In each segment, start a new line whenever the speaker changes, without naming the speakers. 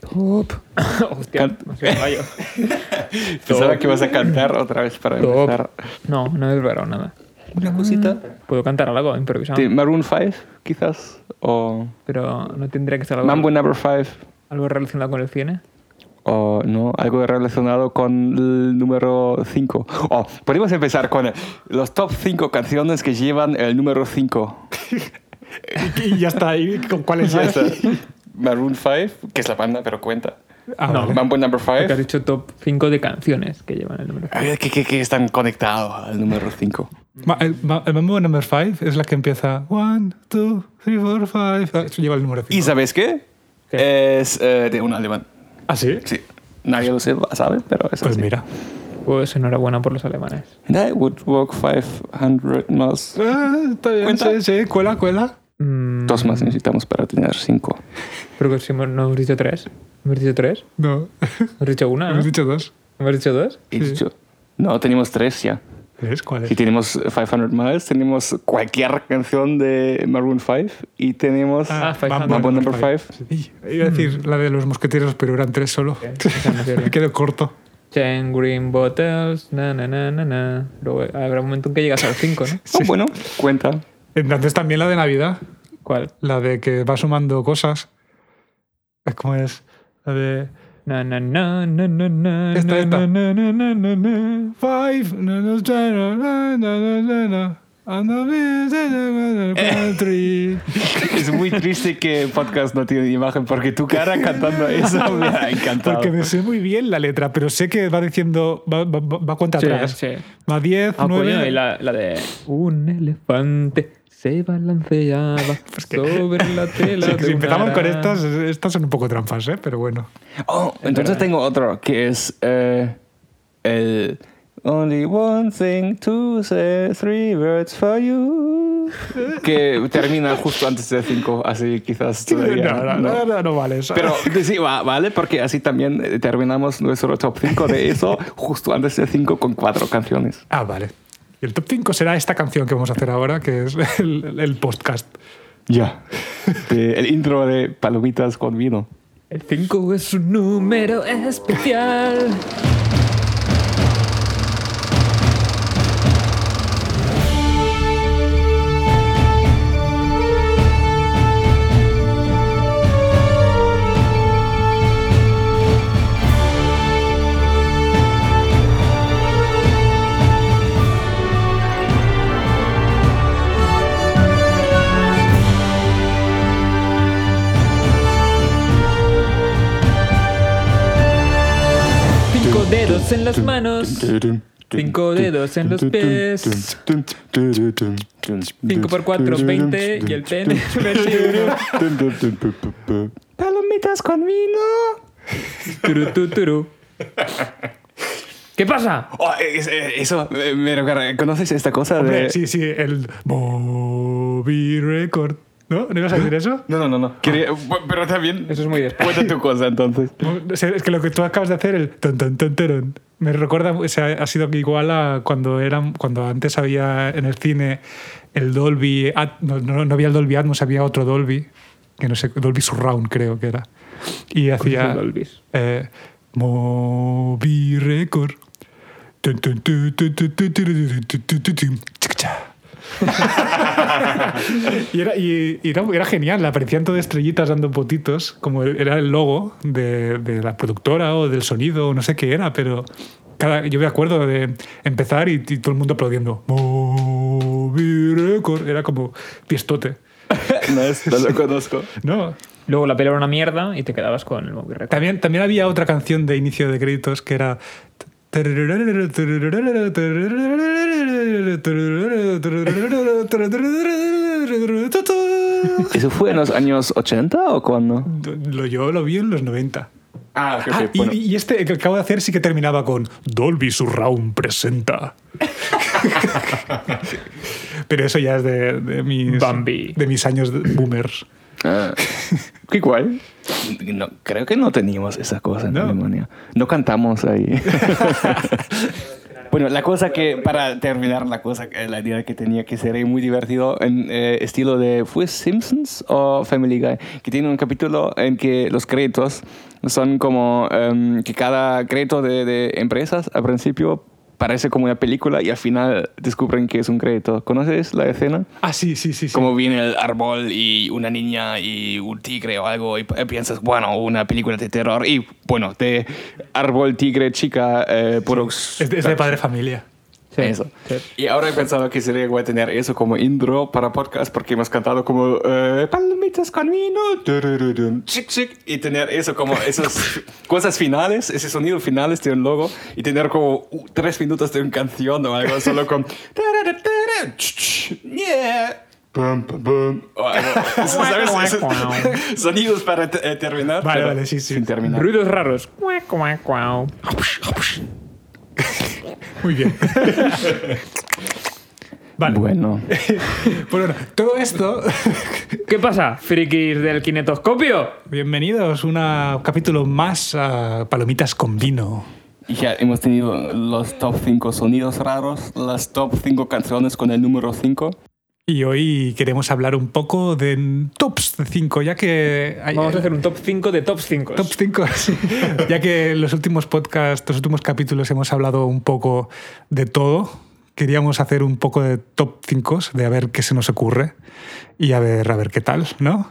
Top.
Hostia, no soy rayo.
Pensaba Pues que ibas a cantar otra vez para
Top.
empezar.
No, no he preparado nada.
Una cosita.
Puedo cantar algo improvisado,
Sí, Maroon 5, quizás. O
pero no tendría que ser algo,
Mambo Number 5.
algo relacionado con el cine.
O no, algo relacionado con el número 5. O podemos Pues empezar con los top 5 canciones que llevan el número 5.
Y ya está. ¿Y con cuáles
Ya
es?
está. Maroon 5, que es la banda, pero cuenta.
Ah,
No.
vale.
Mambo Number
Porque has
5.
dicho top 5 de canciones que llevan el número.
A ver, ¿qué, qué, qué están conectados al número 5?
Ma- El, ma- el mambo number 5 es la que empieza 1, 2, 3, 4, 5. Ah, Eso lleva el número
¿Y
5.
sabes qué? Es eh, de un alemán.
¿Ah, sí?
Sí. Nadie lo sepa, sabe, pero es
Pues
así.
mira.
Pues enhorabuena por los alemanes.
And I would walk 500 más.
Ah, está bien.
¿Cuenta?
Sí, sí. Cuela, cuela.
Mm,
Dos más necesitamos para tener cinco.
creo que sí, no hemos dicho tres. ¿Hemos dicho tres?
No.
¿Hemos dicho una? ¿no?
Hemos dicho dos.
¿Hemos dicho dos?
He dicho, no, tenemos tres ya.
¿Tres? ¿Cuál
Y
es?
tenemos 500 más, tenemos cualquier canción de Maroon 5 y tenemos
Ah, Five
Mambo
Mambo
Number
Number
Five.
Five. Sí. Iba a decir la de los mosqueteros, pero eran tres solo.
Esa no sirve.
Me quedo corto.
Ten Green Bottles, na na na na na. Luego eh, habrá un momento en que llegas al 5, ¿no?
Oh, bueno, cuenta.
Entonces también la de Navidad,
¿Cuál?
la de que va sumando cosas. ¿Cómo es? La de...
Na na na na na na.
Esta,
na,
esta.
na, na, na, na, na.
Five, no, no, no, no, no, no, no. And the music of the country.
Es muy triste que el podcast no tiene imagen porque tu cara cantando eso me ha encantado.
Porque me sé muy bien la letra, pero sé que va diciendo, va, va, va va cuenta
Sí,
atrás.
sí.
Va 10,
Ah, coño, y
9.
la, la de un elefante se balanceaba sobre la tela. de
Si
un
empezamos con
araña.
estas, estas son un poco trampas, ¿eh? pero bueno.
Oh, entonces tengo otro que es eh, el Only one thing to say, three words for you. Que termina justo antes de cinco, así quizás todavía.
no, no,
no.
no, no, no vale. eso.
Pero sí, va- vale, porque así también eh, terminamos nuestro top 5 de eso justo antes de 5 con cuatro canciones.
Ah, vale. Y el top 5 será esta canción que vamos a hacer ahora, que es el, el podcast.
Ya. El intro de Palomitas con vino.
El 5 es un número especial. Cinco dedos en las manos. Cinco dedos en los pies. Cinco por cuatro, 20 y el pene 21.
Palomitas con vino.
Turu, tu, turu. ¿Qué pasa?
Oh, es- eh, eso, eh, me recuerda, ¿conoces esta cosa
Hombre,
de...?
sí, sí, el Bobby Record. ¿No? ¿No ibas a decir eso?
No, no, no, no. Quería- Pero también...
Eso es muy después.
Cuenta tu cosa entonces.
O sea, Es que lo que tú acabas de hacer, el ton, ton, ton, terón, me recuerda, o sea, ha sido igual a cuando, eran, cuando antes había en el cine el Dolby, At- no, no, no había el Dolby Atmos, había otro Dolby, que no sé, Dolby Surround creo que era. Y hacía...
el Dolby?
Eh, Moby Record. Tun, tun, tu, tu, tu, tu, tu, tu, tu, tu, tu, tu, chica-cha. y era, y- y era, era genial, aparecían todas estrellitas dando potitos, como era el logo de, de la productora o del sonido, o no sé qué era, pero cada, yo me acuerdo de empezar y, y todo el mundo aplaudiendo. Moby Record, era como piestote.
No, es, no lo conozco.
No,
Luego la pela era una mierda y te quedabas con el Moby Record.
También, también había otra canción de inicio de créditos que era.
¿Eso fue en los años 80 o cuándo?
Lo, yo lo vi en los 90.
Ah, ok, ok,
Ah, y,
bueno.
y este que acabo de hacer sí que terminaba con Dolby Surround presenta. Pero eso ya es de, de mis,
Bambi.
de mis años de- boomers.
Ah, qué guay. No, creo que no teníamos esa cosa en
No.
Alemania. No cantamos ahí. bueno, la cosa que, para terminar, la cosa, que- la idea que tenía que ser muy divertido en eh, estilo de, ¿fue Simpsons o Family Guy? Que tiene un capítulo en que los créditos son como em, que cada crédito de, de empresas al principio parece como una película y al final descubren que es un crédito. ¿Conoces la escena?
Ah, sí, sí, sí. sí.
Como viene el árbol y una niña y un tigre o algo y p- piensas, bueno, una película de terror y bueno, de árbol, tigre, chica, eh, puros-
Es de, es de padre familia.
Sí,
eso.
sí.
Y ahora he pensado que sería bueno tener eso como intro para podcast porque hemos cantado como eh, palomitas con vino, turururun, chic chic, y tener eso como esas cosas finales, ese sonido finales de un logo y tener como uh, tres minutos de una canción o algo solo con tararara, ch, ch, yeah. Pum, pum, pum. O algo. Eso, ¿sabes? Eso- Sonidos para eh, terminar.
Vale,
pero
vale, sí, sí.
Sin terminar.
Ruidos raros. Cuac, cuac, cuau.
Muy bien. vale.
Bueno.
Pues bueno, todo esto.
¿Qué pasa, frikis del kinetoscopio?
Bienvenidos una- un capítulo más a Palomitas con Vino.
Y ya hemos tenido los top 5 sonidos raros, las top 5 canciones con el número 5.
Y hoy queremos hablar un poco de tops 5, ya que. hay- eh,
Vamos a hacer un top 5 de top 5.
Top 5, ya que en los últimos podcasts, los últimos capítulos hemos hablado un poco de todo. Queríamos hacer un poco de top 5 de a ver qué se nos ocurre y a ver, a ver qué tal, ¿no?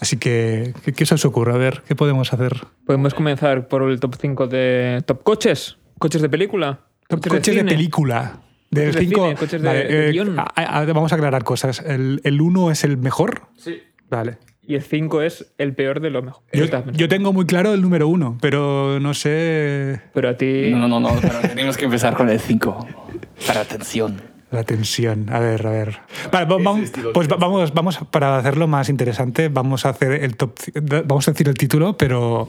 Así que, ¿qué, qué se os ocurre? A ver, ¿qué podemos hacer?
Podemos comenzar por el top 5 de top coches. Coches de película.
Top coches de,
cine.
película. Del
Coches de
cinco- eh,
cine, coches de- de guión.
a- a- ah, vamos a aclarar cosas. ¿El 1 es el mejor?
Sí.
Vale.
Y el 5 es el peor de lo mejor.
Yo,
Está bien.
yo tengo muy claro el número 1, pero no sé
Pero a ti.
No, no, no, pero tenemos que empezar con el 5. Para atención.
La tensión. A ver, a ver. Vale, va- vamos, pues va- vamos, vamos, para hacerlo más interesante, vamos a hacer el top. ci- da- Vamos a decir el título, pero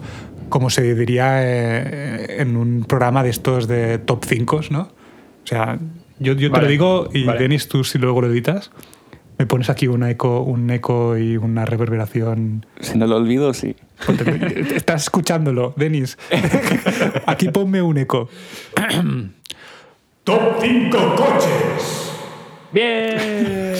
como se diría eh, en un programa de estos de top 5, ¿no? O sea, yo, yo te
Vale,
lo digo y
vale.
Denis, tú si luego lo editas, me pones aquí un eco, un eco y una reverberación.
Si no lo olvido, sí.
Ponte- Estás escuchándolo, Denis. Aquí ponme un eco. Top 5 coches.
¡Bien!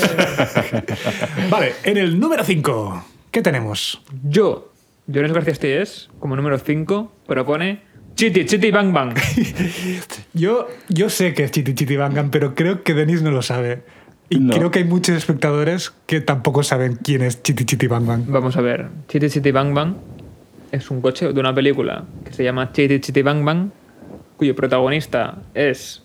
Vale, en el número 5, ¿qué tenemos?
yo, Jones García Estés, como número 5, propone Chiti, Chiti, Bang Bang.
Yo, yo sé que es Chiti Chiti Bangan, pero creo que Denis no lo sabe. Y
No.
creo que hay muchos espectadores que tampoco saben quién es Chiti Chiti Bangan.
Vamos a ver. Chiti, Chiti, Bang Bang es un coche de una película que se llama Chiti, Chiti, Bang Bang, cuyo protagonista es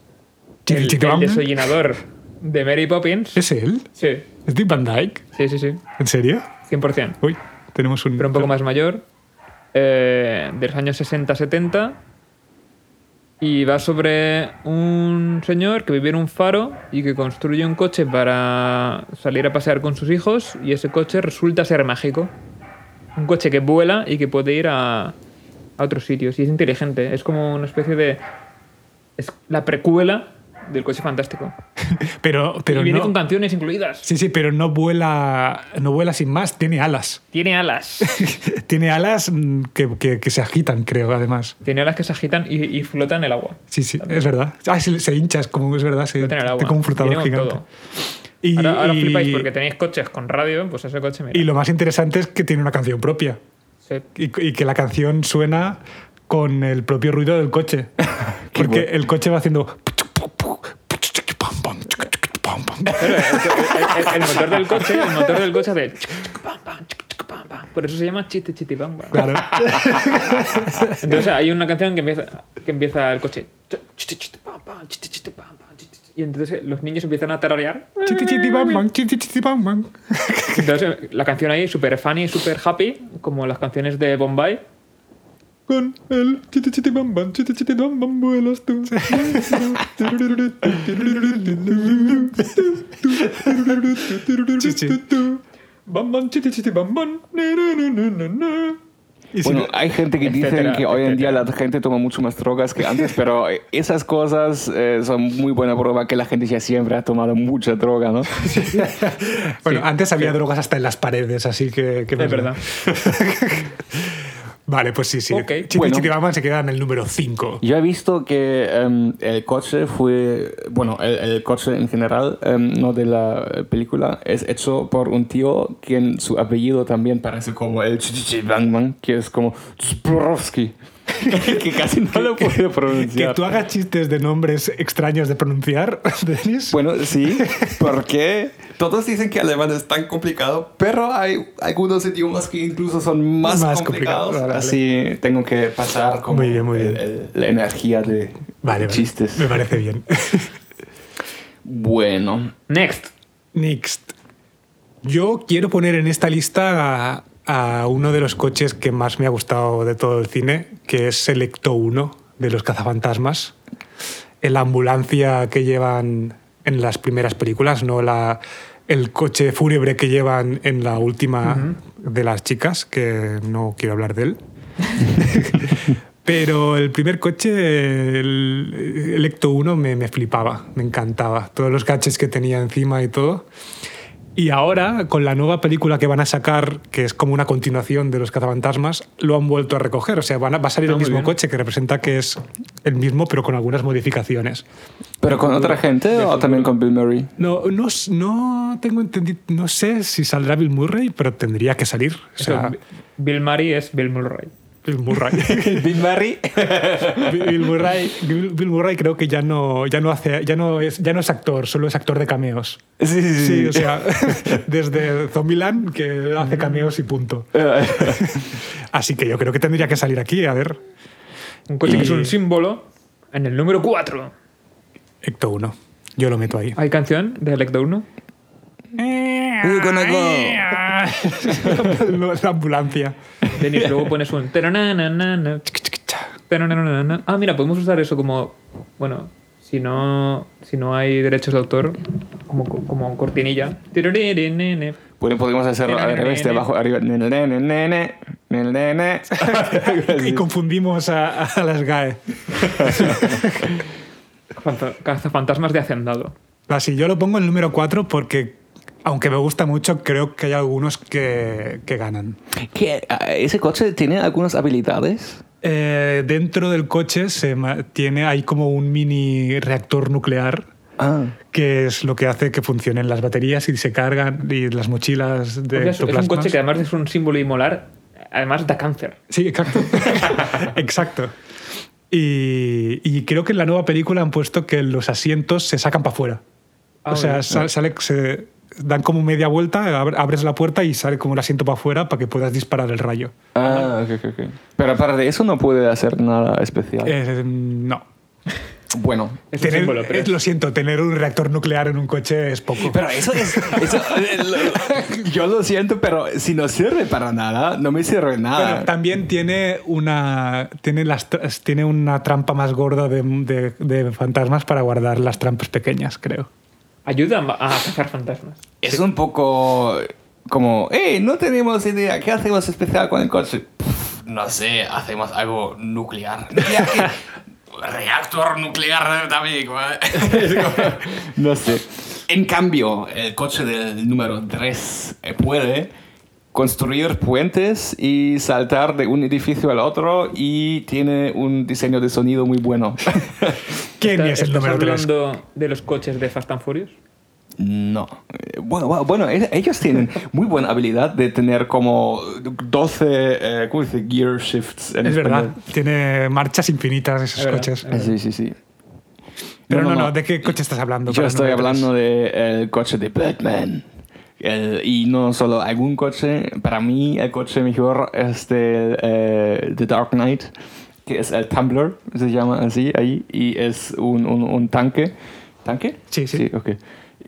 Chiti
el,
Chiti
el
Bang Bang.
desollinador de Mary Poppins.
¿Es él?
Sí,
¿Es Dick Van Dyke?
sí, sí, sí.
¿En serio?
100%.
Uy, tenemos un.
pero un poco más mayor, eh, de los años 60-70, y va sobre un señor que vive en un faro y que construye un coche para salir a pasear con sus hijos, y ese coche resulta ser mágico. Un coche que vuela y que puede ir a, a otros sitios, y es inteligente, es como una especie de... es la precuela del coche fantástico.
Pero, pero
y viene
no.
con canciones incluidas.
Sí, sí, pero no vuela, no vuela sin más, tiene alas.
Tiene alas.
tiene alas mm, que, que- que se agitan, creo, además.
Tiene alas que se agitan y, y flotan en el agua.
Sí, sí, es verdad. Ah, se, se hincha, es como es verdad, se,
Flota en el agua.
como un frutador
Viene con
gigante.
todo.
Y,
Ahora, ahora
y-
flipáis porque tenéis coches con radio, pues ese coche, mira.
y lo más interesante es que tiene una canción propia
Sí.
y, y que la canción suena con el propio ruido del coche.
Qué
porque
bueno.
el coche va haciendo...
Claro, el, el- el- el motor del coche, el motor del coche hace chic, chic, pam, pam, chic, chic, pam, pam. Por eso se llama chiti chiti pam pam.
Claro.
Entonces hay una canción que empieza, que empieza el coche. chiti, chiti, pam, pam, chiti, chiti, pam, pam, chiti, chiti. Y entonces eh, los niños empiezan a tararear.
Chiti, chiti, bam, bam, chiti, chiti, bam, bam.
Entonces la canción ahí súper funny, súper happy, como las canciones de Bombay.
Con el chiti, chiti, bam, bam, chiti, chiti, bam, bam, vuelas tú. Sí, sí. Y si
Bueno,
no-
hay gente que dice
Etcétera,
que hoy en día
etcétera.
la gente toma mucho más drogas que antes, pero eh, esas cosas eh, son muy buena prueba que la gente ya siempre ha tomado mucha droga, ¿no?
Bueno, antes había drogas hasta en las paredes, así que... que
Es verdad.
Vale, pues sí, sí.
Ok,
Chitty
bueno.
Chitty Bang Bang se queda en el número 5.
Yo he visto que em, el coche fue, bueno, el, el coche en general, em, no de la película, es hecho por un tío quien su apellido también parece como el Chichichi Bang Bang, que es como Zborowski, que casi no lo puedo
Que
pronunciar.
tú hagas chistes de nombres extraños de pronunciar, Denis.
Bueno, sí, porque todos dicen que alemán es tan complicado, pero hay algunos idiomas que incluso son más,
Más
complicados.
complicado, vale, vale.
Así tengo que pasar como
Muy bien, muy bien.
el- el- la energía de
vale, vale.
chistes.
Me parece bien.
Bueno,
Next.
Next. Yo quiero poner en esta lista a, a uno de los coches que más me ha gustado de todo el cine, que es Selecto 1 de los cazafantasmas. La ambulancia que llevan en las primeras películas, no la, el coche fúnebre que llevan en la última de las chicas, que no quiero hablar de él. Pero el primer coche, el Electo 1, me, me flipaba, me encantaba. Todos los gadgets que tenía encima y todo. Y ahora, con la nueva película que van a sacar, que es como una continuación de Los Cazafantasmas, lo han vuelto a recoger. O sea, van a- va a salir
Ah,
el
muy
mismo
bien.
coche, que representa que es el mismo, pero con algunas modificaciones.
¿Pero con otra gente o también con Bill Murray?
No, no, s- no tengo entendido, no sé si saldrá Bill Murray, pero tendría que salir. O sea,
Eso, Bill Murray es Bill Murray.
Bill Murray.
Bill Murray.
Bill Murray, Bill Bill Murray creo que ya no, ya no hace, ya no es, ya no es actor, solo es actor de cameos.
Sí, sí, sí.
Sí, o sea, desde Zombieland que
Mm.
hace cameos y punto. Así que yo creo que tendría que salir aquí, a ver,
Un coche
Y-
que es un símbolo en el número 4.
Ecto 1. Yo lo meto ahí.
¿Hay canción de Electo 1?
gonna
No, La ambulancia.
Denis, luego pones un... tarananana, tarananana. Ah, mira, podemos usar eso como... Bueno, si no, si no hay derechos de autor, como, como cortinilla. Tiririnene.
Bueno, podríamos hacerlo al revés, de abajo arriba. Nene, nene, nene, nene, nene.
Y confundimos a, a E. las GAE.
Fanta- Cazafantasmas de Hacendado.
Así, yo lo pongo en el número 4 porque, aunque me gusta mucho, creo que hay algunos que, que ganan.
¿Qué? Ah, ¿Ese coche tiene algunas habilidades?
Eh, dentro del coche se ma- tiene hay como un mini reactor nuclear
Ah.
que es lo que hace que funcionen las baterías y se cargan y las mochilas
O
de
sea, es, es un
ectoplasmas.
coche que además es un símbolo inmolar, además da cáncer.
Sí, exacto. exacto. Y, y creo que en la nueva película han puesto que los asientos se sacan para afuera.
Ah,
o sea,
bueno.
sal- sale, se dan como media vuelta, ab- abres la puerta y sale como el asiento para afuera para que puedas disparar el rayo.
Ah, ok, ok, ok. Pero aparte de eso no puede hacer nada especial.
Eh, no.
Bueno.
Es un
Tener-
símbolo, pero
eh,
es-
Lo siento, tener un reactor nuclear en un coche es poco.
Pero eso es... eso- yo lo siento, pero si no sirve para nada, no me sirve
Bueno,
nada.
también tiene una, tiene las, tr- tiene una trampa más gorda de, de- de fantasmas para guardar las trampas pequeñas, creo.
ayuda a a cazar fantasmas.
Es un poco como, hey, no tenemos idea, ¿qué hacemos especial con el coche? Pff, No sé, hacemos algo nuclear. Nuclear, ¿qué? Reactor nuclear también. ¿cuál? no sé. En cambio, el coche del número 3 puede construir puentes y saltar de un edificio al otro y tiene un diseño de sonido muy bueno.
¿Quién
Está-
es
¿Estás
el número 3?
hablando de los coches de Fast and Furious?
No. Eh, Bueno, bueno, bueno, e- ellos tienen muy buena habilidad de tener como 12, eh, ¿cómo dice? Gear shifts en
Es verdad,
español.
tiene marchas infinitas esos
Es verdad,
coches.
es verdad.
Sí, sí, sí.
Pero no, no, ¿de qué coche estás hablando?
Yo
para el
estoy
número tres?
hablando del coche de Batman. El- y no solo algún coche. Para mí, el coche mejor es del eh, The Dark Knight, que es el Tumbler, se llama así ahí, y es un, un- un tanque. ¿Tanque?
Sí, sí.
ok.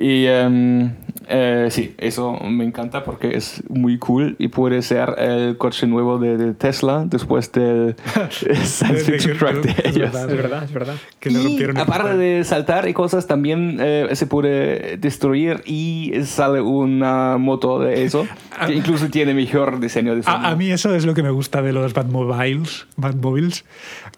Y em, eh, sí, eso me encanta porque es muy cool y puede ser el coche nuevo de, de Tesla después del Science Fiction
que-
Truck de
es
ellos.
verdad.
Es verdad, es verdad.
Que le
Y
rompieron el
aparte
cristal.
de saltar y cosas, también eh, se puede destruir y sale una moto de eso, que incluso tiene mejor diseño de sonido.
A, a mí eso es lo que me gusta de los Batmobiles, Batmobiles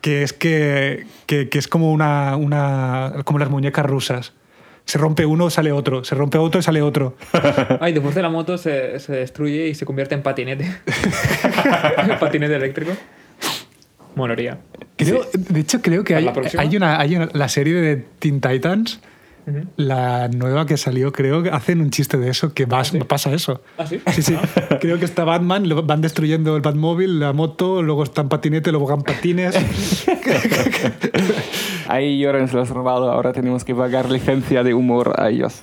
que es que, que- que es como una, una- como las muñecas rusas. se rompe uno, sale otro, se rompe otro y sale otro.
Ay, después de la moto se, se destruye y se convierte en patinete. patinete eléctrico. Monoría.
Creo- De hecho, creo que
¿Para
hay,
la próxima?
hay una, hay una- la serie de Teen Titans, la nueva que salió, creo que hacen un chiste de eso, que va- pasa eso.
¿Ah, sí?
Sí, sí. Creo que está Batman, lo van destruyendo el Batmóvil, la moto, luego está en patinete, luego van patines.
Ahí Llorens lo has robado, ahora tenemos que pagar licencia de humor a ellos.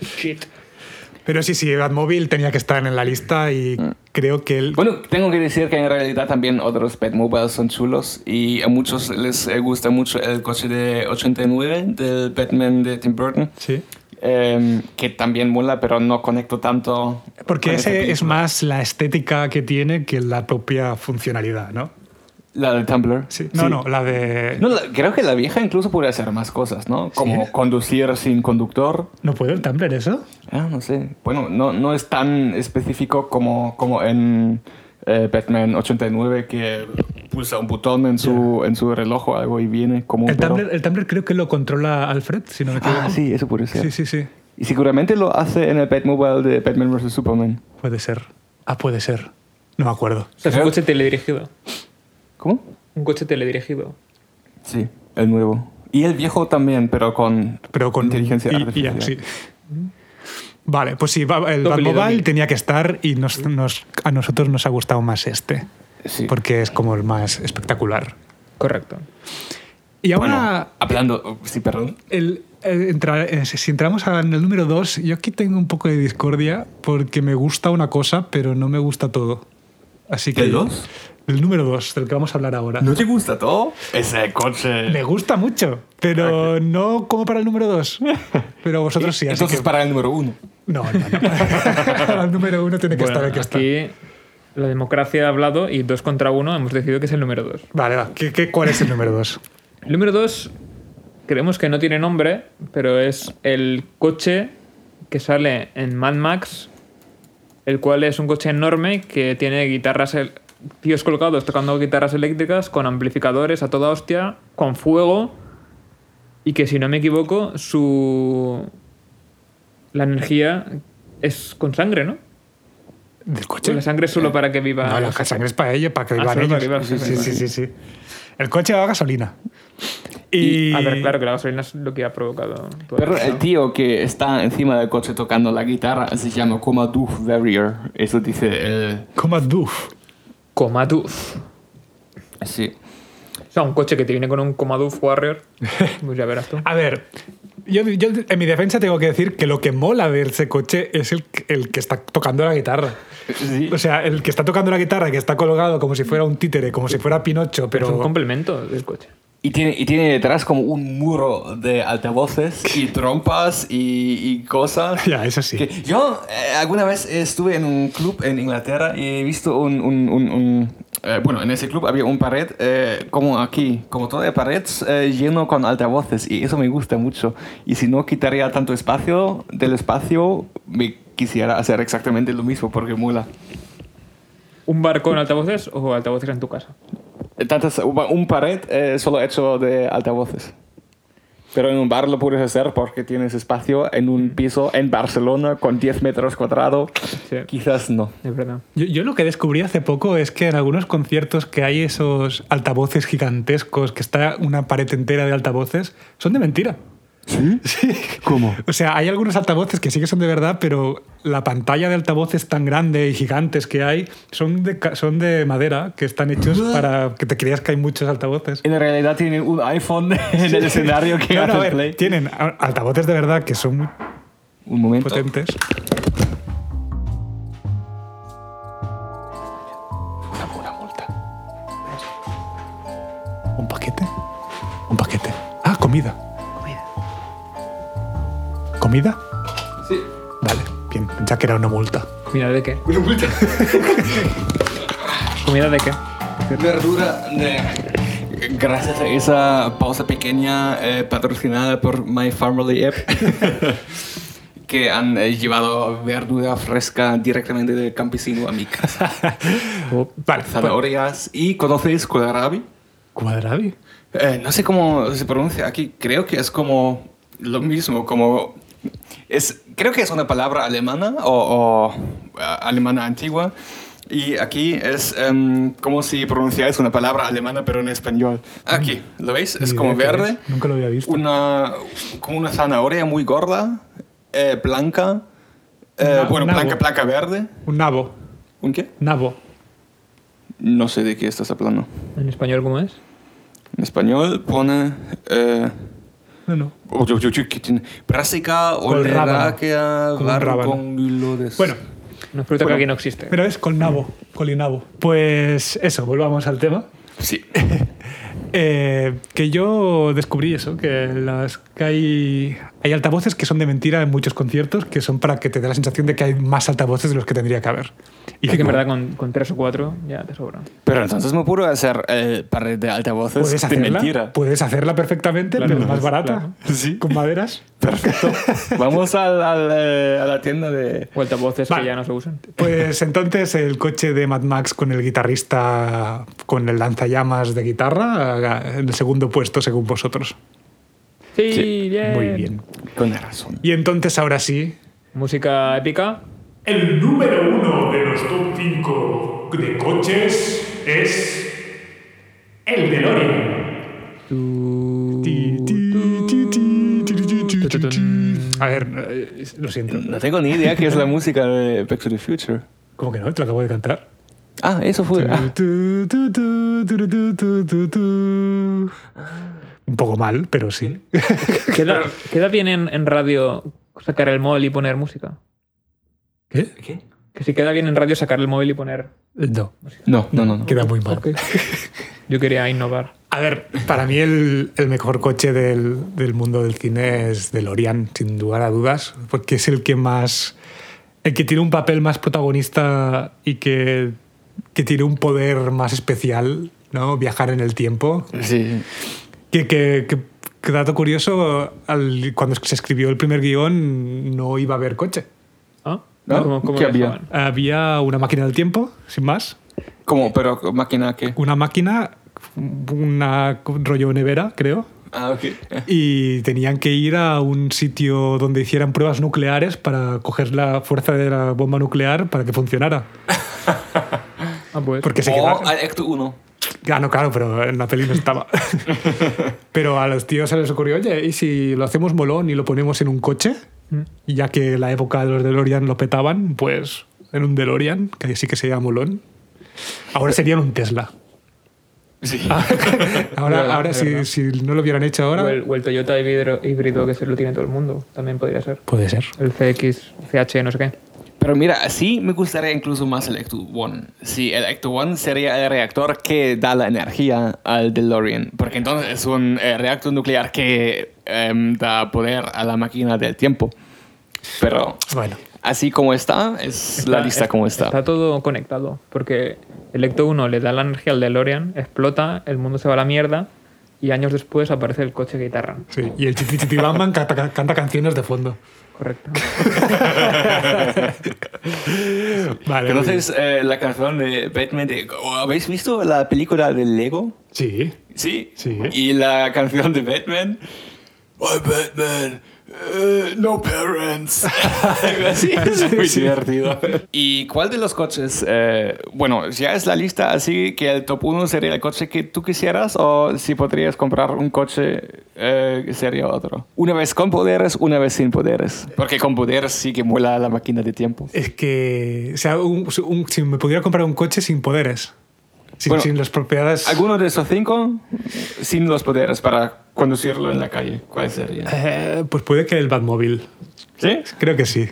Shit.
Pero sí, sí, Batmóvil tenía que estar en la lista y
Ah.
creo que
Pues
él...
Bueno, tengo que decir que en realidad también otros Batmobiles son chulos y a muchos les eh, gusta mucho el coche de 89 del Batman de Tim Burton,
Sí.
em, que también mola, pero no conecto tanto.
Porque
con esa
ese es
película.
más la estética que tiene que la propia funcionalidad, ¿no?
La de Tumblr.
Sí. No, no, la de...
No, la- creo que la vieja incluso puede hacer más cosas, ¿no? Como conducir sin conductor.
¿No puede el Tumblr eso?
Ah, no sé. Bueno, no, no es tan específico como, como en eh, Batman 89 que pulsa un botón en su, en su reloj o algo y viene como un
El
perro.
Tumblr, el Tumblr creo que lo controla Alfred, si no me equivoco.
Ah, sí, eso puede ser.
Sí, sí, sí.
Y seguramente lo hace en el Batmobile de Batman vs. Superman.
Puede ser. Ah, puede ser. No me acuerdo.
O sea, es un coche teledirigido.
¿Cómo?
Un coche teledirigido.
Sí, el nuevo. Y el viejo también, pero con,
Pero con
inteligencia
y- y-
artificial.
sí. Vale, pues sí, va- el
Doble,
Batmobile
doble.
tenía que estar y nos- nos- a nosotros nos ha gustado más este,
Sí.
porque es como el más espectacular.
Correcto.
Y
Bueno,
ahora,
hablando... oh, Sí, perdón.
el- el entra- eh, si entramos en el número 2, yo aquí tengo un poco de discordia porque me gusta una cosa, pero no me gusta todo. Así que
¿Del dos?
El número 2, del que vamos a hablar ahora.
¿No te gusta todo? Ese coche...
Me gusta mucho,
Ah,
pero no como para el número 2. Pero vosotros sí, así
Entonces
que...
para el número uno.
No, no, no. Para el número 1 tiene que
Bueno,
estar el que está.
aquí la democracia ha hablado y dos contra uno hemos decidido que es el número dos.
Vale, va. ¿Qué, qué, cuál es el número 2?
El número dos creemos que no tiene nombre, pero es el coche que sale en Mad Max, el cual es un coche enorme que tiene guitarras, el- tíos colgados tocando guitarras eléctricas con amplificadores a toda hostia, con fuego y que si no me equivoco su la energía es con sangre, ¿no?
¿Del coche?
Con Pues la sangre solo para que viva.
No, la sangre es para ellos, para que
Ah,
vivan
solo para
ellos.
que vivan,
sí,
sí,
sí, sí, sí, sí. El coche va a gasolina. Y...
Y- A ver, claro que la gasolina es lo que ha provocado. todo
Pero
esto.
el tío que está encima del coche tocando la guitarra se llama Coma Doof Warrior. Eso dice el...
Coma Doof.
Comaduf.
Sí.
O sea, un coche que te viene con un Comaduf Warrior. Pues ya verás tú.
A ver, yo, yo en mi defensa tengo que decir que lo que mola de ese coche es el, el que está tocando la guitarra.
Sí.
O sea, el que está tocando la guitarra, que está colgado como si fuera un títere, como si fuera Pinocho,
Es un
pero...
complemento del coche.
Y tiene, y tiene detrás como un muro de altavoces y trompas y, y cosas.
Ya, eso sí.
Que yo eh, alguna vez estuve en un club en Inglaterra y he visto un... un- un- un, eh, bueno, en ese club había un pared eh, como aquí, como toda de pared eh, lleno con altavoces y eso me gusta mucho. Y si no quitaría tanto espacio del espacio, me quisiera hacer exactamente lo mismo porque mola.
¿Un bar con altavoces o altavoces en tu casa?
Eh, Tantas, un pared eh, solo hecho de altavoces. Pero en un bar lo puedes hacer porque tienes espacio en un piso en Barcelona con 10 metros cuadrados.
Sí,
Quizás no.
es verdad.
Yo, yo lo que descubrí hace poco es que en algunos conciertos que hay esos altavoces gigantescos, que está una pared entera de altavoces, son de mentira.
¿Sí? ¿Cómo?
O sea, hay algunos altavoces que sí que son de verdad, pero la pantalla de altavoces tan grande y gigantes que hay son de, ca- son de madera, que están hechos para que te creas que hay muchos altavoces.
En realidad tienen un iPhone en el escenario que
No,
hace
no, a ver,
play.
tienen a- altavoces de verdad que son muy
Un momento.
potentes.
Una, una multa.
¿Un paquete? ¿Un paquete? Ah, comida. ¿Comida? ¿Comida?
Sí.
Vale, bien, ya que era una multa.
¿Comida de qué? ¿Comida de qué?
Verdura de... eh, Gracias a esa pausa pequeña eh, patrocinada por My Family App que han eh, llevado verdura fresca directamente del campesino a mi casa. Oh,
Vale,
zanahorias. ¿Y conoces kohlrabi?
¿Cuadrabi?
Eh, no sé cómo se pronuncia aquí. Creo que es como lo mismo, como... Es, creo que es una palabra alemana o, o, eh, alemana antigua. Y aquí es em, como si pronunciáis una palabra alemana pero en español. Aquí, ¿lo veis? Es
Ni
como
idea qué
verde.
es. Nunca lo había visto.
Una, como una zanahoria muy gorda, eh, blanca. eh,
Na-
bueno,
nabo.
blanca, blanca, verde.
Un nabo.
¿Un qué?
Nabo.
No sé de qué estás hablando.
¿En español cómo es?
En español pone... eh,
No, no.
Oye, oye, oye, que tiene- Brásica,
Con rábano.
oleracea,
Con rábano.
barcongulodes.
Bueno,
Una fruta que
Bueno,
aquí no existe.
pero es con nabo. Colinabo. Pues eso, volvamos al tema.
Sí.
Eh, que yo descubrí eso, que, las, que hay, hay altavoces que son de mentira en muchos conciertos, que son para que te dé la sensación de que hay más altavoces de los que tendría que haber.
Y que en verdad con, con tres o cuatro ya te sobra.
Pero entonces me pudo hacer el par de altavoces
puedes
de
hacerla,
mentira.
puedes hacerla perfectamente,
Claro,
pero más
claro.
barata,
Sí.
con maderas.
Perfecto. Vamos al- al, eh, a la tienda de...
O altavoces
Vale.
que ya no se usan.
Pues entonces el coche de Mad Max con el guitarrista con el lanzallamas de guitarra en el segundo puesto según vosotros.
Sí,
Sí,
bien.
Muy bien.
Con razón.
Y entonces ahora sí,
Música épica.
El número uno de los top 5 de coches es el DeLorean.
A ver, eh, lo siento.
No tengo ni idea qué es la música de Back to the Future.
¿Cómo que no? Te lo acabo de cantar.
Ah, eso fue. ah.
Tu, tu, tu, tu, tu, tu, tu, tu. Un poco mal, pero sí.
¿Queda, queda bien en, en radio sacar el móvil y poner música?
¿Qué?
Que si queda bien en radio sacar el móvil y poner...
No,
No, no, no. no.
queda muy mal.
Ok. Yo quería innovar.
A ver, para mí el, el mejor coche del, del mundo del cine es DeLorean, sin lugar a dudas, porque es el que más. el que tiene un papel más protagonista y que, que tiene un poder más especial, ¿no? Viajar en el tiempo.
Sí.
Que, que- que- que dato curioso, al- cuando se escribió el primer guión no iba a haber coche.
¿Ah?
¿No?
¿Cómo- cómo
¿Qué había?
viajaban?
Había una máquina del tiempo, sin más,
¿Cómo? Pero máquina que.
una máquina, una rollo nevera, creo,
Ah, ok.
y tenían que ir a un sitio donde hicieran pruebas nucleares para coger la fuerza de la bomba nuclear para que funcionara.
Ah, pues.
Porque se
O
quedaron...
Oh, al Ecto 1.
Ah, no, claro, pero en la peli no estaba. pero a los tíos se les ocurrió, oye, ¿y si lo hacemos molón y lo ponemos en un coche? Y ya que la época de los DeLorean lo petaban, pues en un DeLorean, que sí que sería molón. Ahora serían un Tesla.
Sí.
Ahora,
Verdad,
ahora
es
si,
verdad.
si no lo hubieran hecho
O
ahora...
el, o el Toyota híbrido, híbrido que se lo tiene todo el mundo. También podría ser.
Puede ser.
El CX, CH, no sé qué.
Pero mira, sí me gustaría incluso más el Ecto 1. Sí, el Ecto 1 sería el reactor que da la energía al DeLorean. Porque entonces es un eh, reactor nuclear que em, da poder a la máquina del tiempo. Pero
Bueno,
así como está, es la lista como está.
Está todo conectado. Porque el Ecto 1 le da la energía al DeLorean, explota, el mundo se va a la mierda y años después aparece el coche que guitarra.
sí. Y el Chiti Chiti Bambam canta, canta canciones de fondo.
Correcto.
Vale.
Entonces, eh, la canción de Batman de... ¿o ¿Habéis visto la película de Lego?
Sí.
Sí.
Sí.
Y la canción de Batman. I'm Batman. eh, no parents. Algo así. Es muy divertido. ¿Y cuál de los coches? eh, bueno, ya es la lista, así que el top 1 sería el coche que tú quisieras o si podrías comprar un coche eh, sería otro. Una vez con poderes, una vez sin poderes. Porque con poderes sí que muela la máquina de tiempo.
Es que, o sea, un- un- si me pudiera comprar un coche sin poderes, sin,
Bueno,
sin las propiedades...
¿Alguno de esos cinco sin los poderes para conducirlo en la calle? ¿Cuál sería?
Eh, pues puede que el Batmóvil.
¿Sí?
Creo que sí.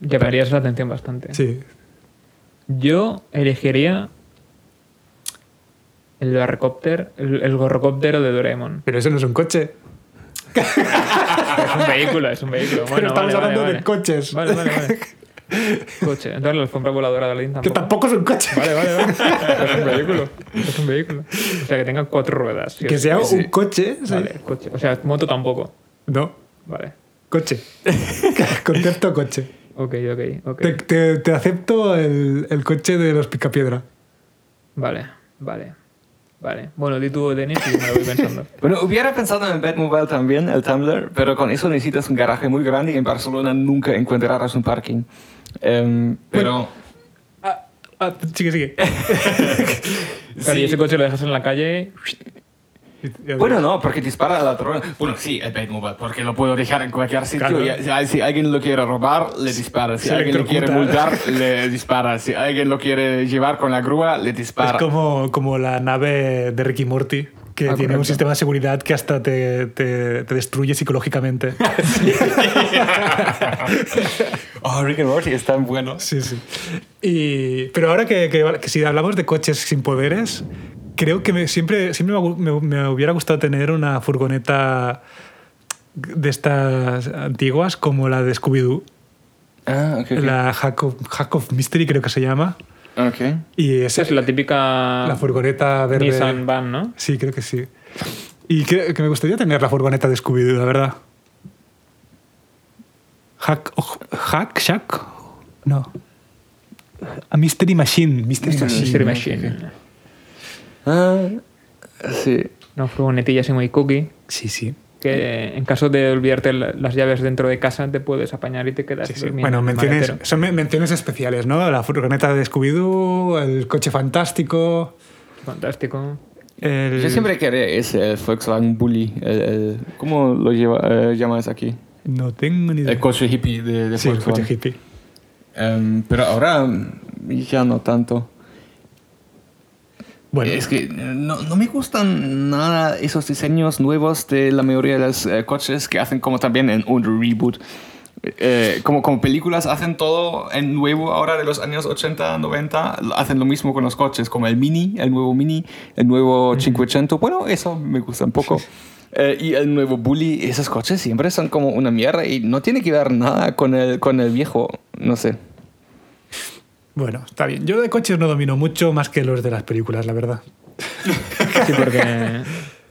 Llamarías la atención bastante.
Sí.
Yo elegiría el barcóptero, el, el gorrocóptero de Doraemon.
Pero eso no es un coche.
Es un vehículo, es un vehículo. Bueno,
Pero estamos
vale,
hablando
vale,
de
vale.
coches.
Vale, vale, vale. Coche. Entonces la alfombra voladora de Aladdin
Que
tampoco.
tampoco es un coche.
Vale, vale, vale. Es un vehículo. Es un vehículo. O sea, que tenga cuatro ruedas. sí.
Que sea
Sí.
un coche. sí.
Vale, coche. O sea, moto tampoco.
No,
Vale.
coche. Concepto coche.
Ok, ok, ok.
Te, te- te acepto el, el coche de los Picapiedra.
Vale, vale. Vale. Bueno, di tú de Denis y yo me lo voy pensando.
Bueno, hubiera pensado en Batmobile también, el Tumblr, pero con eso necesitas un garaje muy grande y en Barcelona nunca encontrarás un parking. Em, pero
Ah, ah, sigue, sigue.
Claro, y ese coche lo dejas en la calle.
Y- y-
Bueno, no, porque dispara a la ladrón. Bueno, sí, el Batmobile, porque lo puedo dejar en cualquier sitio.
Claro.
y si, si alguien lo quiere robar, le dispara. Si
se
alguien lo quiere
electrocuta.
multar, le dispara. Si alguien lo quiere llevar con la grúa, le
Es
dispara.
como, como la nave de Ricky Morty, que
Ah,
tiene
correcto.
un sistema de seguridad que hasta te, te- te destruye psicológicamente.
Oh, Rick and Morty es tan bueno.
sí, sí. Y- pero ahora que, que- que si hablamos de coches sin poderes, creo que me- siempre, siempre me, gu- me- me hubiera gustado tener una furgoneta de estas antiguas como la de Scooby-Doo,
Ah, ok. ok.
la Hack of, Hack of Mystery creo que se llama.
Ok.
Y esa
Esa es la típica
la furgoneta verde.
Nissan van, ¿no?
Sí, creo que sí. Y creo que me gustaría tener la furgoneta de Scooby-Doo, la verdad. Hack, oj- hack, shack, no. A Mystery Machine, Mystery Machine.
Mystery Machine.
Ah, sí.
Una furgonetilla así muy cookie.
Sí, sí.
Que en caso de olvidarte la- las llaves dentro de casa, te puedes apañar y te quedas
Sí, sí.
dormido
Bueno,
en el
menciones,
maletero.
son men- menciones especiales, ¿no? La furgoneta de Scooby-Doo, el coche fantástico.
Fantástico.
el-
Yo siempre quería ese, el Volkswagen Bully. el- el- ¿Cómo lo lleva, eh, llamas aquí?
No tengo ni idea.
El coche hippie de, de
sí, el
Volkswagen.
coche hippie.
Em, pero ahora mm, ya no tanto.
Bueno,
Es que eh, no, no me gustan nada esos diseños nuevos de la mayoría de los eh, coches que hacen como también en un reboot. Eh, como, como películas hacen todo en nuevo ahora de los años 80, 90, lo- hacen lo mismo con los coches, como el Mini, el nuevo Mini, el nuevo 500. Bueno, eso me gusta un poco. Eh, y el nuevo Bully, esos coches siempre son como una mierda y no tiene que ver nada con el, con el viejo, no sé.
bueno, está bien. Yo de coches no domino mucho más que los de las películas, la verdad.
Sí, porque.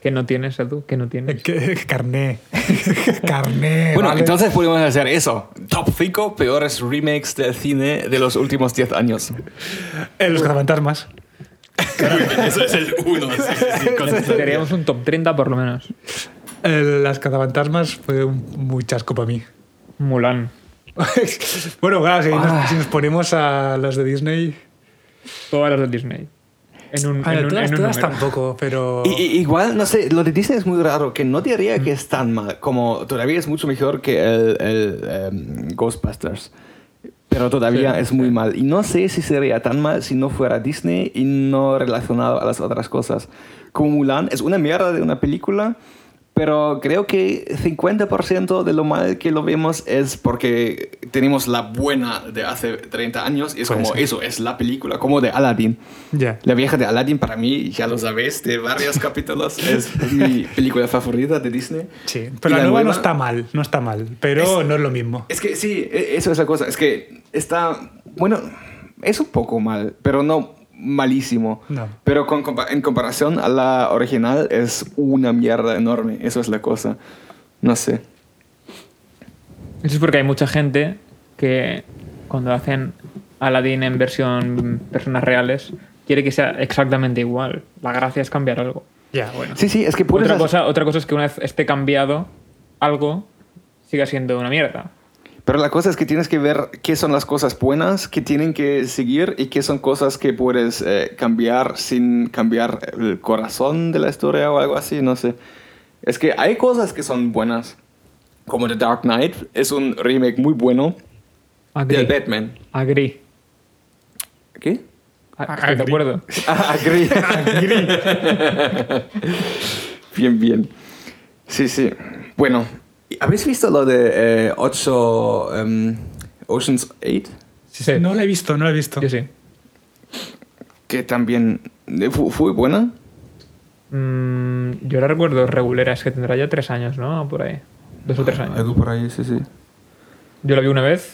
que no tienes, Edu? que no tienes?
Que- Carné. Carné.
Bueno,
vale.
entonces podemos hacer eso. Top 5 peores remakes del cine de los últimos 10 años.
Eh, los cazafantasmas.
Eso es el uno. sí, sí, sí, con-
Queríamos un top 30 por lo menos.
Eh, las cazafantasmas fue un- muy chasco para mí.
Mulan.
bueno, claro, si,
Ah.
nos, si nos ponemos a las de Disney.
Todas las de Disney. En un,
A ver,
en un-
Ah, todas,
en un
todas
número.
tampoco, pero.
I- i- igual, no sé, lo de Disney es muy raro, que no diría que es tan mal, como todavía es mucho mejor que el, el, em, Ghostbusters, pero todavía
Sí,
es muy mal. Y no sé si sería tan mal si no fuera Disney y no relacionado a las otras cosas. Como Mulan, es una mierda de una película, pero creo que 50% de lo mal que lo vemos es porque tenemos la buena de hace 30 años y es
Puede
como
ser.
eso, es la película, como de Aladdin.
Ya.
La vieja de Aladdin para mí, ya lo sabéis, de varios capítulos, es mi película favorita de Disney.
Sí,
Y
pero la, nueva, no está mal, no está mal, pero no es lo mismo.
Es que sí, e- eso es la cosa, es que está, bueno, es un poco mal, pero no malísimo.
No.
Pero con compa- en comparación a la original es una mierda enorme, eso es la cosa. No sé.
Eso es porque hay mucha gente que cuando hacen Aladdin en versión personas reales quiere que sea exactamente igual. La gracia es cambiar algo.
Ya, bueno.
Sí, sí, es que puedes
Otra
hacer-
cosa, otra cosa es que una vez esté cambiado algo, siga siendo una mierda.
Pero la cosa es que tienes que ver qué son las cosas buenas que tienen que seguir y qué son cosas que puedes eh, cambiar sin cambiar el corazón de la historia o algo así, no sé. Es que hay cosas que son buenas, como The Dark Knight, es un remake muy bueno del
Agree.
Batman.
Agree.
¿Qué?
Ah, Estoy de
Agree.
acuerdo.
Ah, agree. bien, bien. Sí, sí. Bueno, ¿habéis visto lo de 8 Oceans 8?
Sí.
No la he visto, no la he visto.
Yo sí.
Que también eh, fu- fue buena.
Mm, yo la recuerdo regulera, es que tendrá ya tres años, ¿no? Por ahí. Dos o tres años.
Ah, Algo por ahí, sí, sí.
Yo la vi una vez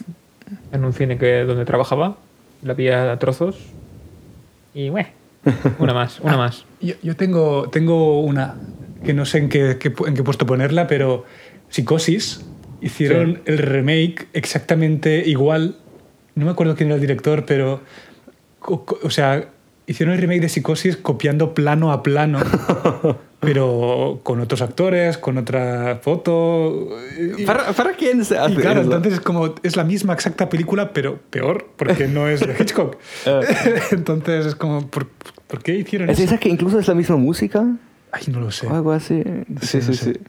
en un cine que, donde trabajaba. La vi a trozos. Y, bueno, una más, una más.
Yo, yo tengo, tengo una que no sé en qué, qué pu- en qué puesto ponerla, pero Psicosis hicieron el remake exactamente igual. No me acuerdo quién era el director, pero. co- co- O sea, Hicieron el remake de Psicosis copiando plano a plano, pero con otros actores, con otra foto. Y,
¿Para, para quién se hace
y claro,
eso?
entonces es como es la misma exacta película, pero peor, porque no es de Hitchcock. entonces es como, ¿por, por qué hicieron
Eh. ¿Es
eso?
esa que incluso es la misma música?
Ay, no lo sé.
O algo así.
Sí,
Sí,
no
sí,
sé.
sí.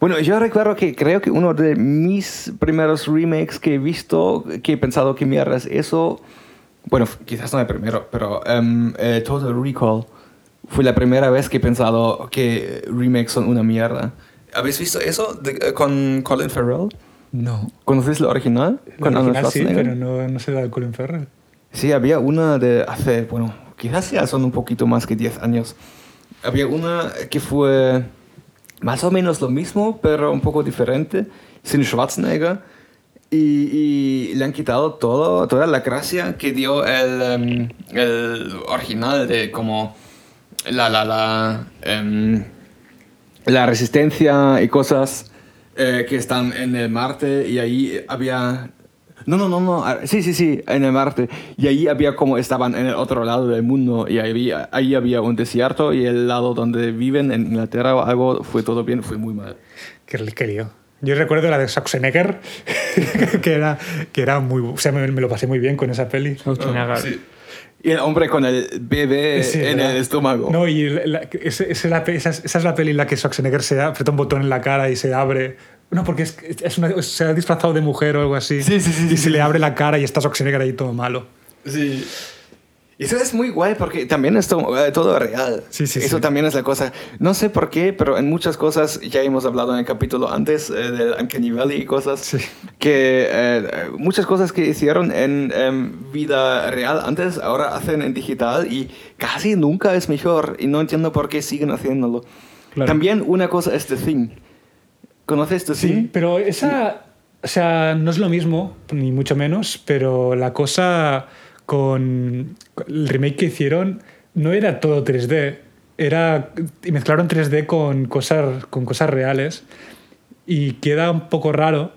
Bueno, yo recuerdo que creo que uno de mis primeros remakes que he visto, que he pensado que mierda es eso. Bueno, f- quizás no el primero, pero em, eh, Total Recall fue la primera vez que he pensado que remakes son una mierda. ¿Habéis visto eso de- eh, con Colin Farrell?
No.
¿Conocéis la original?
La
Con Arnold
original sí,
Schwarzenegger.
pero no, no se da de Colin Farrell.
Sí, había una de hace, bueno, quizás ya son un poquito más que 10 años. Había una que fue más o menos lo mismo, pero un poco diferente, sin Schwarzenegger. Y, y le han quitado todo, toda la gracia que dio el, em, el original de como la, la, la, em, la resistencia y cosas eh, que están en el Marte y ahí había... No, no, no, no. ah, Sí, sí, sí, en el Marte. Y ahí había como estaban en el otro lado del mundo y ahí había, ahí había un desierto y el lado donde viven en Inglaterra o algo fue todo bien, fue muy mal.
Qué, qué lío. Yo recuerdo la de Schwarzenegger, que era, que era muy... bu- O sea, me, me lo pasé muy bien con esa peli. Ah,
Schwarzenegger.
Y el hombre con el bebé
Sí,
en
¿verdad?
el estómago.
No, y la- ese- ese la pe- esa, es- esa es la peli en la que Schwarzenegger se aprieta un botón en la cara y se abre. No, porque es, es una- se ha disfrazado de mujer o algo así.
Sí, sí, sí,
Y
sí,
se le abre la cara y está Schwarzenegger ahí todo malo.
Sí. Eso es muy guay porque también es to- eh, todo real.
Sí, sí,
Eso
sí.
también es la cosa. No sé por qué, pero en muchas cosas, ya hemos hablado en el capítulo antes eh, del Uncanny Valley y cosas,
Sí.
que eh, muchas cosas que hicieron en em, vida real antes ahora hacen en digital y casi nunca es mejor y no entiendo por qué siguen haciéndolo.
Claro.
También una cosa es The Thing. ¿Conoces The Thing?
pero esa... O sea, no es lo mismo, ni mucho menos, pero la cosa con el remake que hicieron no era todo 3D. Era, y mezclaron 3D con cosas, con cosas reales y queda un poco raro,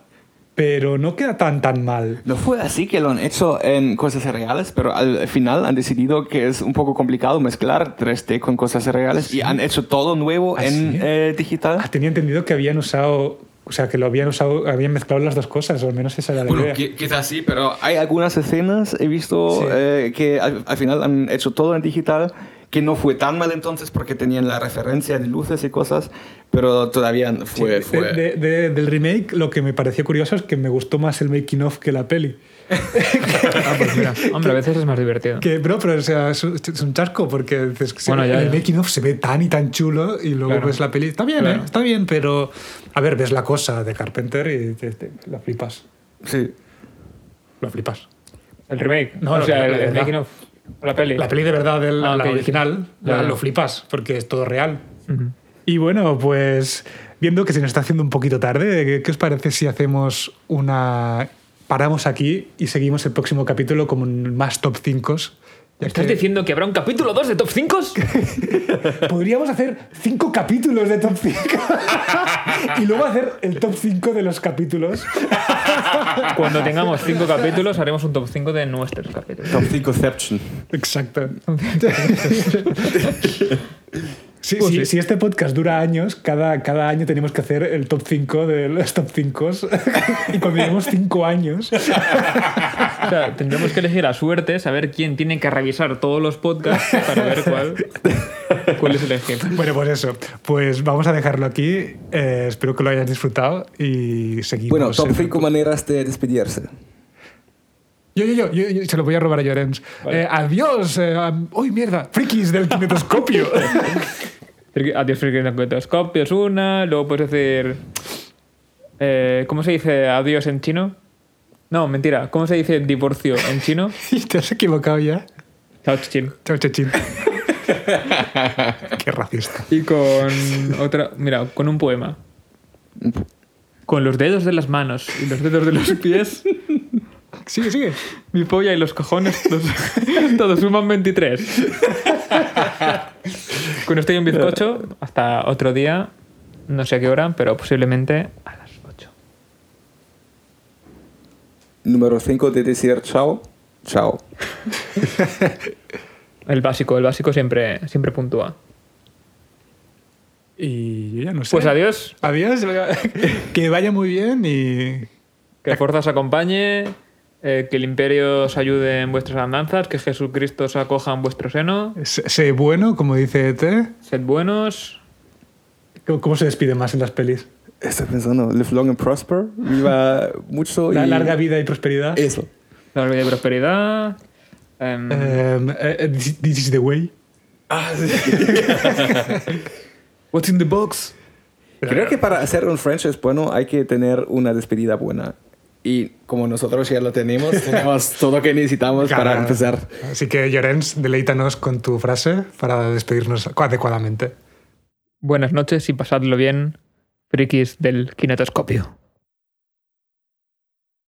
pero no queda tan tan mal.
No fue así que lo han hecho en cosas reales, pero al final han decidido que es un poco complicado mezclar 3D con cosas reales y han hecho todo nuevo
¿Ah, sí?
en eh, digital.
Ah, tenía entendido que habían usado, o sea, que lo habían usado, habían mezclado las dos cosas, o al menos esa era la idea.
quizás sí, pero hay algunas escenas, he visto
Sí.
eh, que al, al final han hecho todo en digital, que no fue tan mal entonces porque tenían la referencia de luces y cosas, pero todavía fue...
Sí,
fue-
de- de- de- del remake, lo que me pareció curioso es que me gustó más el making of que la peli.
Ah, pues mira. Hombre, a veces es más divertido.
Que, bro, pero o sea, es, un, es un chasco porque dices que se-
Bueno, ya,
el
ya.
making of se ve tan y tan chulo y luego
Claro.
ves la peli. Está bien,
Claro.
¿eh? Está bien, pero a ver, ves la cosa de Carpenter y te- te- la flipas.
sí.
La flipas.
El remake.
No,
o
no,
sea,
la-
el,
la
el
verdad.
making of. La peli.
La peli de verdad, del,
Ah,
la
ok.
original,
Ya,
la-
ya.
lo flipas porque es todo real.
Ujú.
Y bueno, pues viendo que se nos está haciendo un poquito tarde, ¿qué- ¿qué os parece si hacemos una... Paramos aquí y seguimos el próximo capítulo con más top 5?
¿Estás diciendo que habrá un capítulo 2 de Top 5?
Podríamos hacer cinco capítulos de top 5 y luego hacer el top 5 de los capítulos.
Cuando tengamos 5 capítulos, haremos un Top 5 de nuestros capítulos.
Top 5
Exacto. Sí,
Pues
sí,
sí.
Si este podcast dura años, cada, cada año tenemos que hacer el top 5 de los top 5 y cuando lleguemos 5 años
O sea, tendremos que elegir a suerte, saber quién tiene que revisar todos los podcasts para ver cuál, cuál es el ejemplo.
Bueno, pues eso. Pues vamos a dejarlo aquí. Eh, espero que lo hayas disfrutado y seguimos.
Bueno, top
en-
5 maneras de despedirse.
Yo, yo, yo, yo, yo, se lo voy a robar a Llorens. Eh, adiós. eh, am- ¡Uy, mierda! ¡Frikis del kinetoscopio!
Adiós, Friquetoscopio es una. Luego puedes decir. eh, ¿Cómo se dice adiós en chino? No, mentira. ¿Cómo se dice divorcio en chino?
Te has equivocado ya.
Chao, chichín.
Chao, chachín. Qué racista.
Y con otra. Mira, con un poema. Con los dedos de las manos y los dedos de los pies,
Sigue, sigue.
mi polla y los cojones, todos, todos suman 23. Con estoy en bizcocho, hasta otro día, no sé a qué hora, pero posiblemente a las 8.
Número 5 de decir chao, chao.
El básico, el básico siempre, siempre puntúa.
Y yo ya no sé.
Pues adiós,
Adiós. que vaya muy bien y
que Forza os acompañe, eh, que el imperio os ayude en vuestras andanzas, que Jesucristo os acoja en vuestro seno,
sé sé bueno, como dice ET.
sed buenos,
¿Cómo cómo se despide más en las pelis?
Estoy pensando, live long and prosper. Viva mucho y.
La larga vida y prosperidad.
Eso.
la vida y prosperidad. em,
Um, eh, this, this is the way.
Ah, What's in the box? Creo que para hacer un franchise bueno hay que tener una despedida buena. Y como nosotros ya lo tenemos, tenemos todo lo que necesitamos para
Cara.
empezar.
Así que, Llorens, deleítanos con tu frase para despedirnos adecuadamente.
Buenas noches y pasadlo bien, frikis del kinetoscopio.